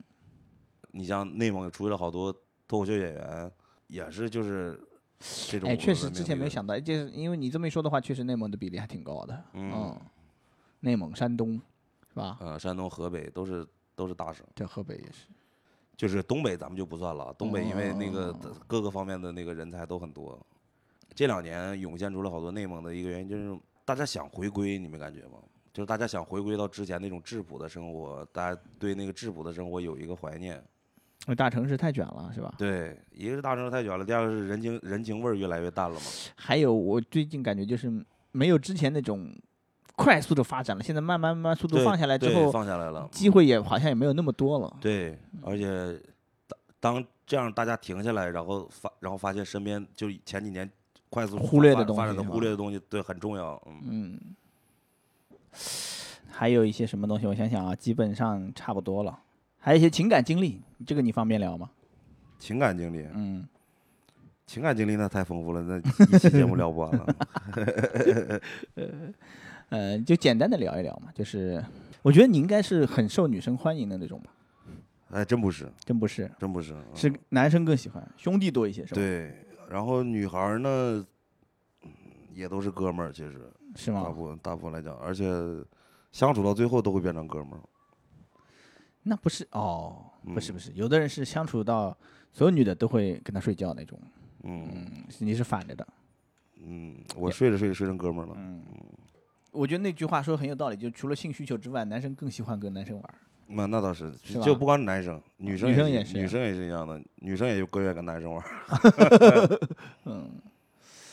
你像内蒙出来了好多脱口秀演员，也是就是这种。哎，确实之前没。想到，就是因为你这么一说的话，确实内蒙的比例还挺高的。嗯内蒙、山东是吧？呃，山东、河北都是都是大省，这河北也是。就是东北咱们就不算了，东北因为那个哦哦各个方面的那个人才都很多。这两年涌现出了好多内蒙的一个原因，就是大家想回归，你们感觉吗？就是大家想回归到之前那种质朴的生活，大家对那个质朴的生活有一个怀念。因为大城市太卷了，是吧？对，一个是大城市太卷了，第二个是人情人情味儿越来越淡了嘛。还有，我最近感觉就是没有之前那种快速的发展了，现在慢慢慢慢速度对放下来之对后，放下来了。机会也好像也没有那么多了。对，而且当当这样大家停下来，然后发然后发现身边就前几年快速忽略的发东发展西的是忽吧略的东西，对，很重要。嗯，嗯，还有一些什么东西，我想想啊，基本上差不多了。还有一些情感经历，这个你方便聊吗？情感经历，嗯，情感经历那太丰富了， 那一期节目聊不完了。呃，就简单的聊一聊嘛。就是我觉得你应该是很受女生欢迎的那种吧？哎，真不是，真不是，真不是，嗯是男生更喜欢，兄弟多一些是吧？对。然后女孩儿呢，嗯也都是哥们儿，其实是大吗？部分大部分来讲，而且相处到最后都会变成哥们儿。那不是哦，不是嗯不是，有的人是相处到所有女的都会跟他睡觉那种，嗯嗯，你是反着的。嗯，我睡着睡着睡成哥们儿嗯了。我觉得那句话说得很有道理，就除了性需求之外，男生更喜欢跟男生玩儿。那那倒是，是就就吧不光是男生，女生女生也是是女生也是一样的，女生也就更愿意跟男生玩儿。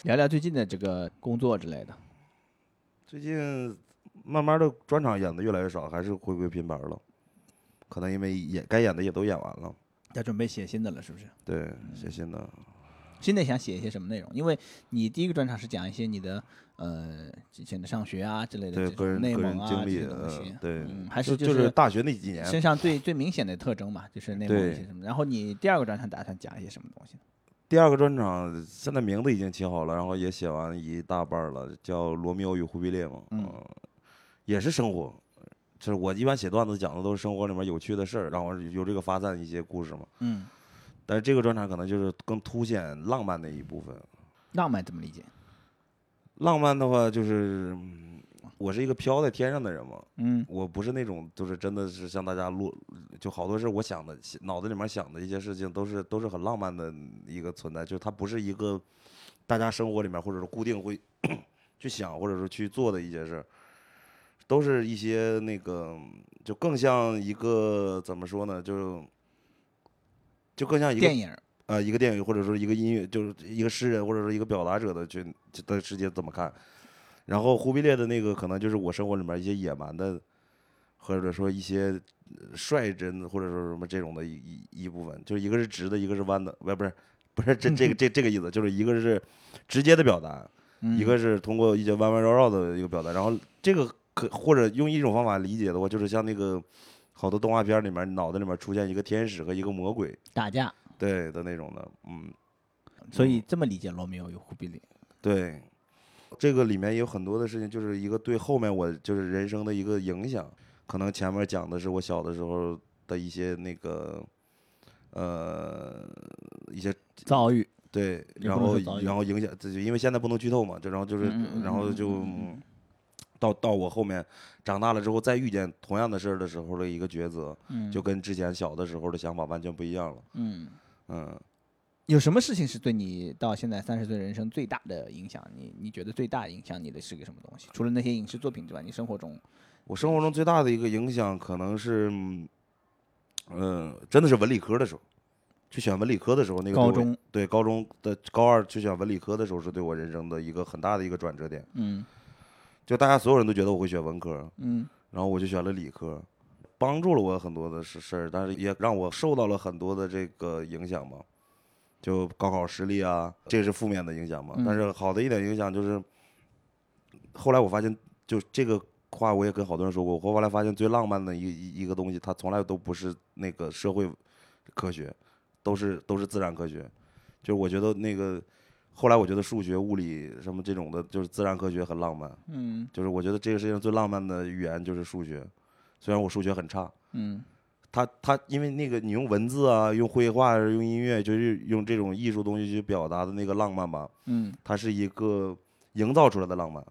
聊聊最近的这个工作之类的。最近慢慢的专场演的越来越少，还是回归拼盘了，可能因为也该演的也都演完了。要准备写新的了，是不是？对，嗯写信的，现在想写一些什么内容？因为你第一个专场是讲一些你的呃之前的上学啊之类的对这个种人内个蒙人啊经这些历，东呃西，，对，嗯，还就是就是大学那几年，身上最最明显的特征嘛，就是内蒙的一对些什么。然后你第二个专场打算讲一些什么东西？第二个专场现在名字已经起好了，然后也写完一大半儿了，叫《罗密欧与忽必烈》嘛，嗯呃也是生活，就是我一般写段子讲的都是生活里面有趣的事儿，然后由这个发散一些故事嘛。嗯，但是这个专场可能就是更凸显浪漫的一部分。浪漫怎么理解？浪漫的话，就是嗯我是一个飘在天上的人嘛，嗯我不是那种就是真的是像大家落，就好多事我想的脑子里面想的一些事情都是都是很浪漫的一个存在，就是它不是一个大家生活里面或者是固定会 去想或者说去做的一些事儿，都是一些那个就更像一个怎么说呢，就就更像一个电影儿，呃，一个电影或者说一个音乐，就是一个诗人或者说一个表达者的去的世界怎么看。然后忽必烈的那个可能就是我生活里面一些野蛮的，或者说一些呃率真或者说什么这种的一一一部分，就一个是直的，一个是弯的，不不是不是这这个这这个意思，就是一个是直接的表达，嗯一个是通过一些弯弯绕绕的一个表达，然后这个可或者用一种方法理解的话，就是像那个好多动画片里面脑袋里面出现一个天使和一个魔鬼，打架，对的那种的，嗯。所以这么理解罗密欧与忽必烈。对，这个里面也有很多的事情，就是一个对后面我就是人生的一个影响。可能前面讲的是我小的时候的一些那个，呃，一些遭遇，对，也然不能后说遭遇然后影响自己，因为现在不能剧透嘛，就然后就是嗯嗯嗯然后就嗯到到我后面长大了之后再遇见同样的事儿的时候的一个抉择，嗯，就跟之前小的时候的想法完全不一样了。嗯，嗯，有什么事情是对你到现在三十岁人生最大的影响？你你觉得最大影响你的是个什么东西？除了那些影视作品之外，你生活中，我生活中最大的一个影响，可能是，嗯、呃真的是文理科的时候，去选文理科的时候，那个对高我中，对高中的高二去选文理科的时候，是对我人生的一个很大的一个转折点。嗯就大家所有人都觉得我会选文科，嗯然后我就选了理科，帮助了我很多的事事儿，但是也让我受到了很多的这个影响嘛，就高考失利啊，这是负面的影响嘛。嗯但是好的一点影响就是，后来我发现，就这个话我也跟好多人说过，我后来发现最浪漫的一一一个东西，它从来都不是那个社会科学，都是都是自然科学。就是我觉得那个后来我觉得数学、物理什么这种的，就是自然科学很浪漫。嗯就是我觉得这个世界上最浪漫的语言就是数学，虽然我数学很差，嗯它它因为那个你用文字啊，用绘画，用音乐，就是用这种艺术东西去表达的那个浪漫吧，嗯它是一个营造出来的浪漫，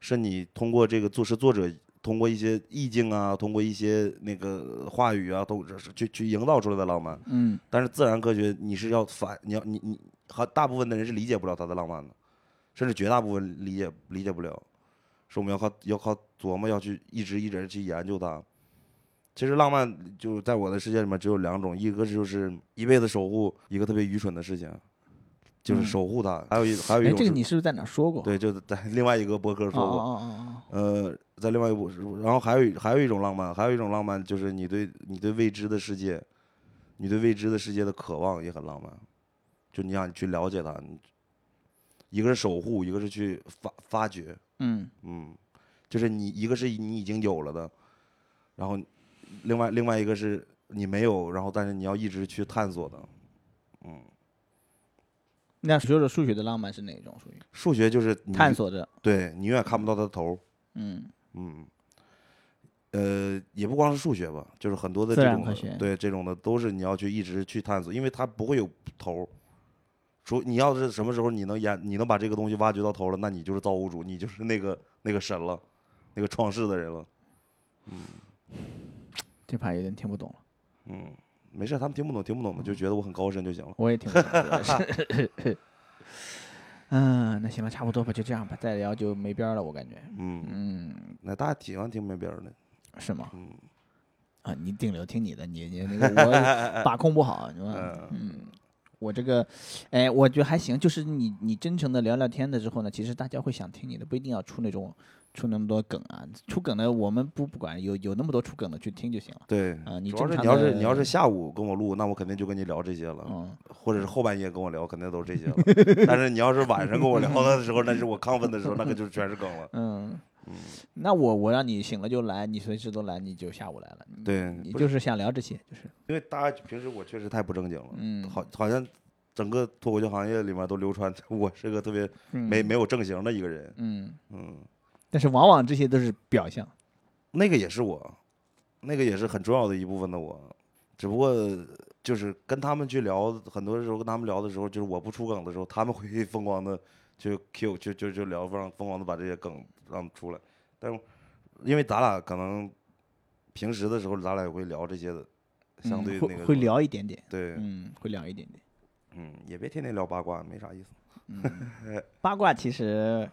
是你通过这个作是作者通过一些意境啊，通过一些那个话语啊，都是去去营造出来的浪漫。嗯但是自然科学你是要反，你要你你和大部分的人是理解不了它的浪漫的，甚至绝大部分理解理解不了，是我们要靠要靠琢磨，要去一直一直去研究它。其实浪漫就在我的世界里面只有两种，一个就是一辈子守护一个特别愚蠢的事情，就是嗯守护它；还有一还有一哎，种这个是你是不是在哪儿说过？对，就是在另外一个博客哦，说过，哦哦哦呃，在另外一部，然后还有一还有一种浪漫，还有一种浪漫就是你对你对未知的世界，你对未知的世界的渴望也很浪漫，就你想去了解它，你一个是守护，一个是去发发掘，嗯嗯，就是你一个是你已经有了的，然后另外另外一个是你没有，然后但是你要一直去探索的，嗯，那说说数学的浪漫是哪种？属于数学就是你探，索着，对你永远看不到它的头儿，嗯嗯，呃，也不光是数学吧，就是很多的自这然种科的学对这种的都是你要去一直去探索，因为它不会有头儿。除你要是什么时候你能研，你能把这个东西挖掘到头了，那你就是造物主，你就是那个那个神了，那个创世的人了。这盘有点听不懂了，嗯，没事，他们听不懂，听不懂的就觉得我很高深就行了。我也听不懂主要是。 嗯，那行了，差不多吧，就这样吧，再聊就没边儿了，我感觉。嗯，嗯，那大家喜欢听没边儿的，是吗？嗯啊，你顶流听你的，你你那个 我把控不好，你说，嗯，我这个，哎，我觉得还行，就是你你真诚的聊聊天的之后呢，其实大家会想听你的，不一定要出那种出那么多梗啊，出梗的我们不不管，有有那么多出梗的去听就行了。对。啊、你主要正常是你要是的你要是下午跟我录，那我肯定就跟你聊这些了。嗯，或者是后半夜跟我聊，肯定都是这些了。但是你要是晚上跟我聊的时候，那是我亢奋的时候，那可就全是梗了。嗯，那我我让你醒了就来，你随时都来，你就下午来了。你对，嗯你嗯不是就是想聊这些，就是因为大家平时我确实太不正经了，嗯，哦好，好像整个脱口秀行业里面都流传 我是个特别没嗯没有正形的一个人。嗯，嗯，但是往往这些都是表象，那个也是我，那个也是很重要的一部分的我，只不过。就是跟他们去聊，很多时候跟他们聊的时候，就是我不出梗的时候，他们会 疯狂的就 Q 就就就聊，让疯狂的把这些梗让出来。但是因为咱俩可能平时的时候，咱俩也会聊这些的，相嗯对那会个会什么聊一点点，对，嗯，会聊一点点。嗯，也别天天聊八卦，没啥意思。嗯八卦其实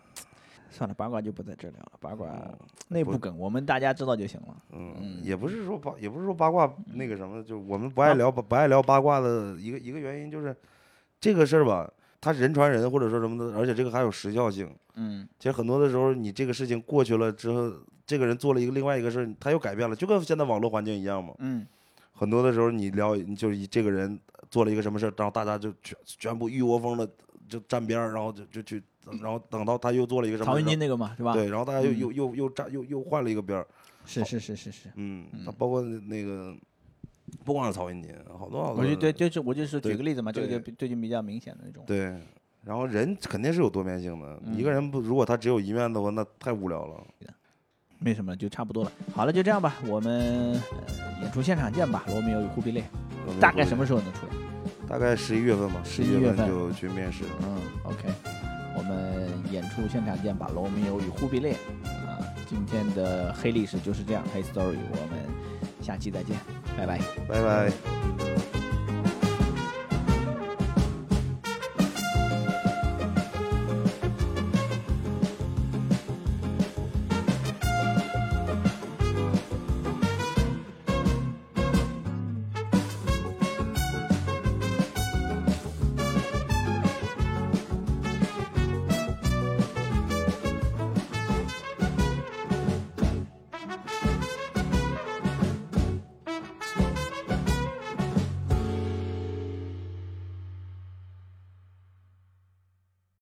算了，八卦就不在这聊了。八卦内部不梗，我们大家知道就行了。嗯嗯，也不是说八，也不是说八卦那个什么，就是我们不爱聊八不爱聊八卦的一个一个原因就是这个事儿吧，它人传人或者说什么的，而且这个还有时效性。嗯其实很多的时候，你这个事情过去了之后，这个人做了一个另外一个事儿，他又改变了，就跟现在网络环境一样嘛。嗯很多的时候，你聊你就是以这个人做了一个什么事儿，然后大家就全全部一窝蜂的就站边儿，然后就就去，然后等到他又做了一个什么曹事云金儿，那个嘛，是吧？对，然后大家又嗯又又又站又又换了一个边儿，是是是是是。嗯，他嗯包括那个不光是曹云金，好多好我多人，就对，就是我就是对举个例子嘛，这个对就比最近比较明显的那种。对，然后人肯定是有多面性的，一个嗯人不如果他只有一面的话，那太无聊了。没什么，就差不多了。好了，就这样吧，我们、呃、演出现场见吧，《罗密欧与忽必烈》大概什么时候能出来？大概十一月份吧， 11一月月份就去面试。嗯，OK，我们演出现场见吧，《罗密欧与忽必烈》啊，今天的黑历史就是这样，黑 story，我们下期再见，拜拜。拜拜。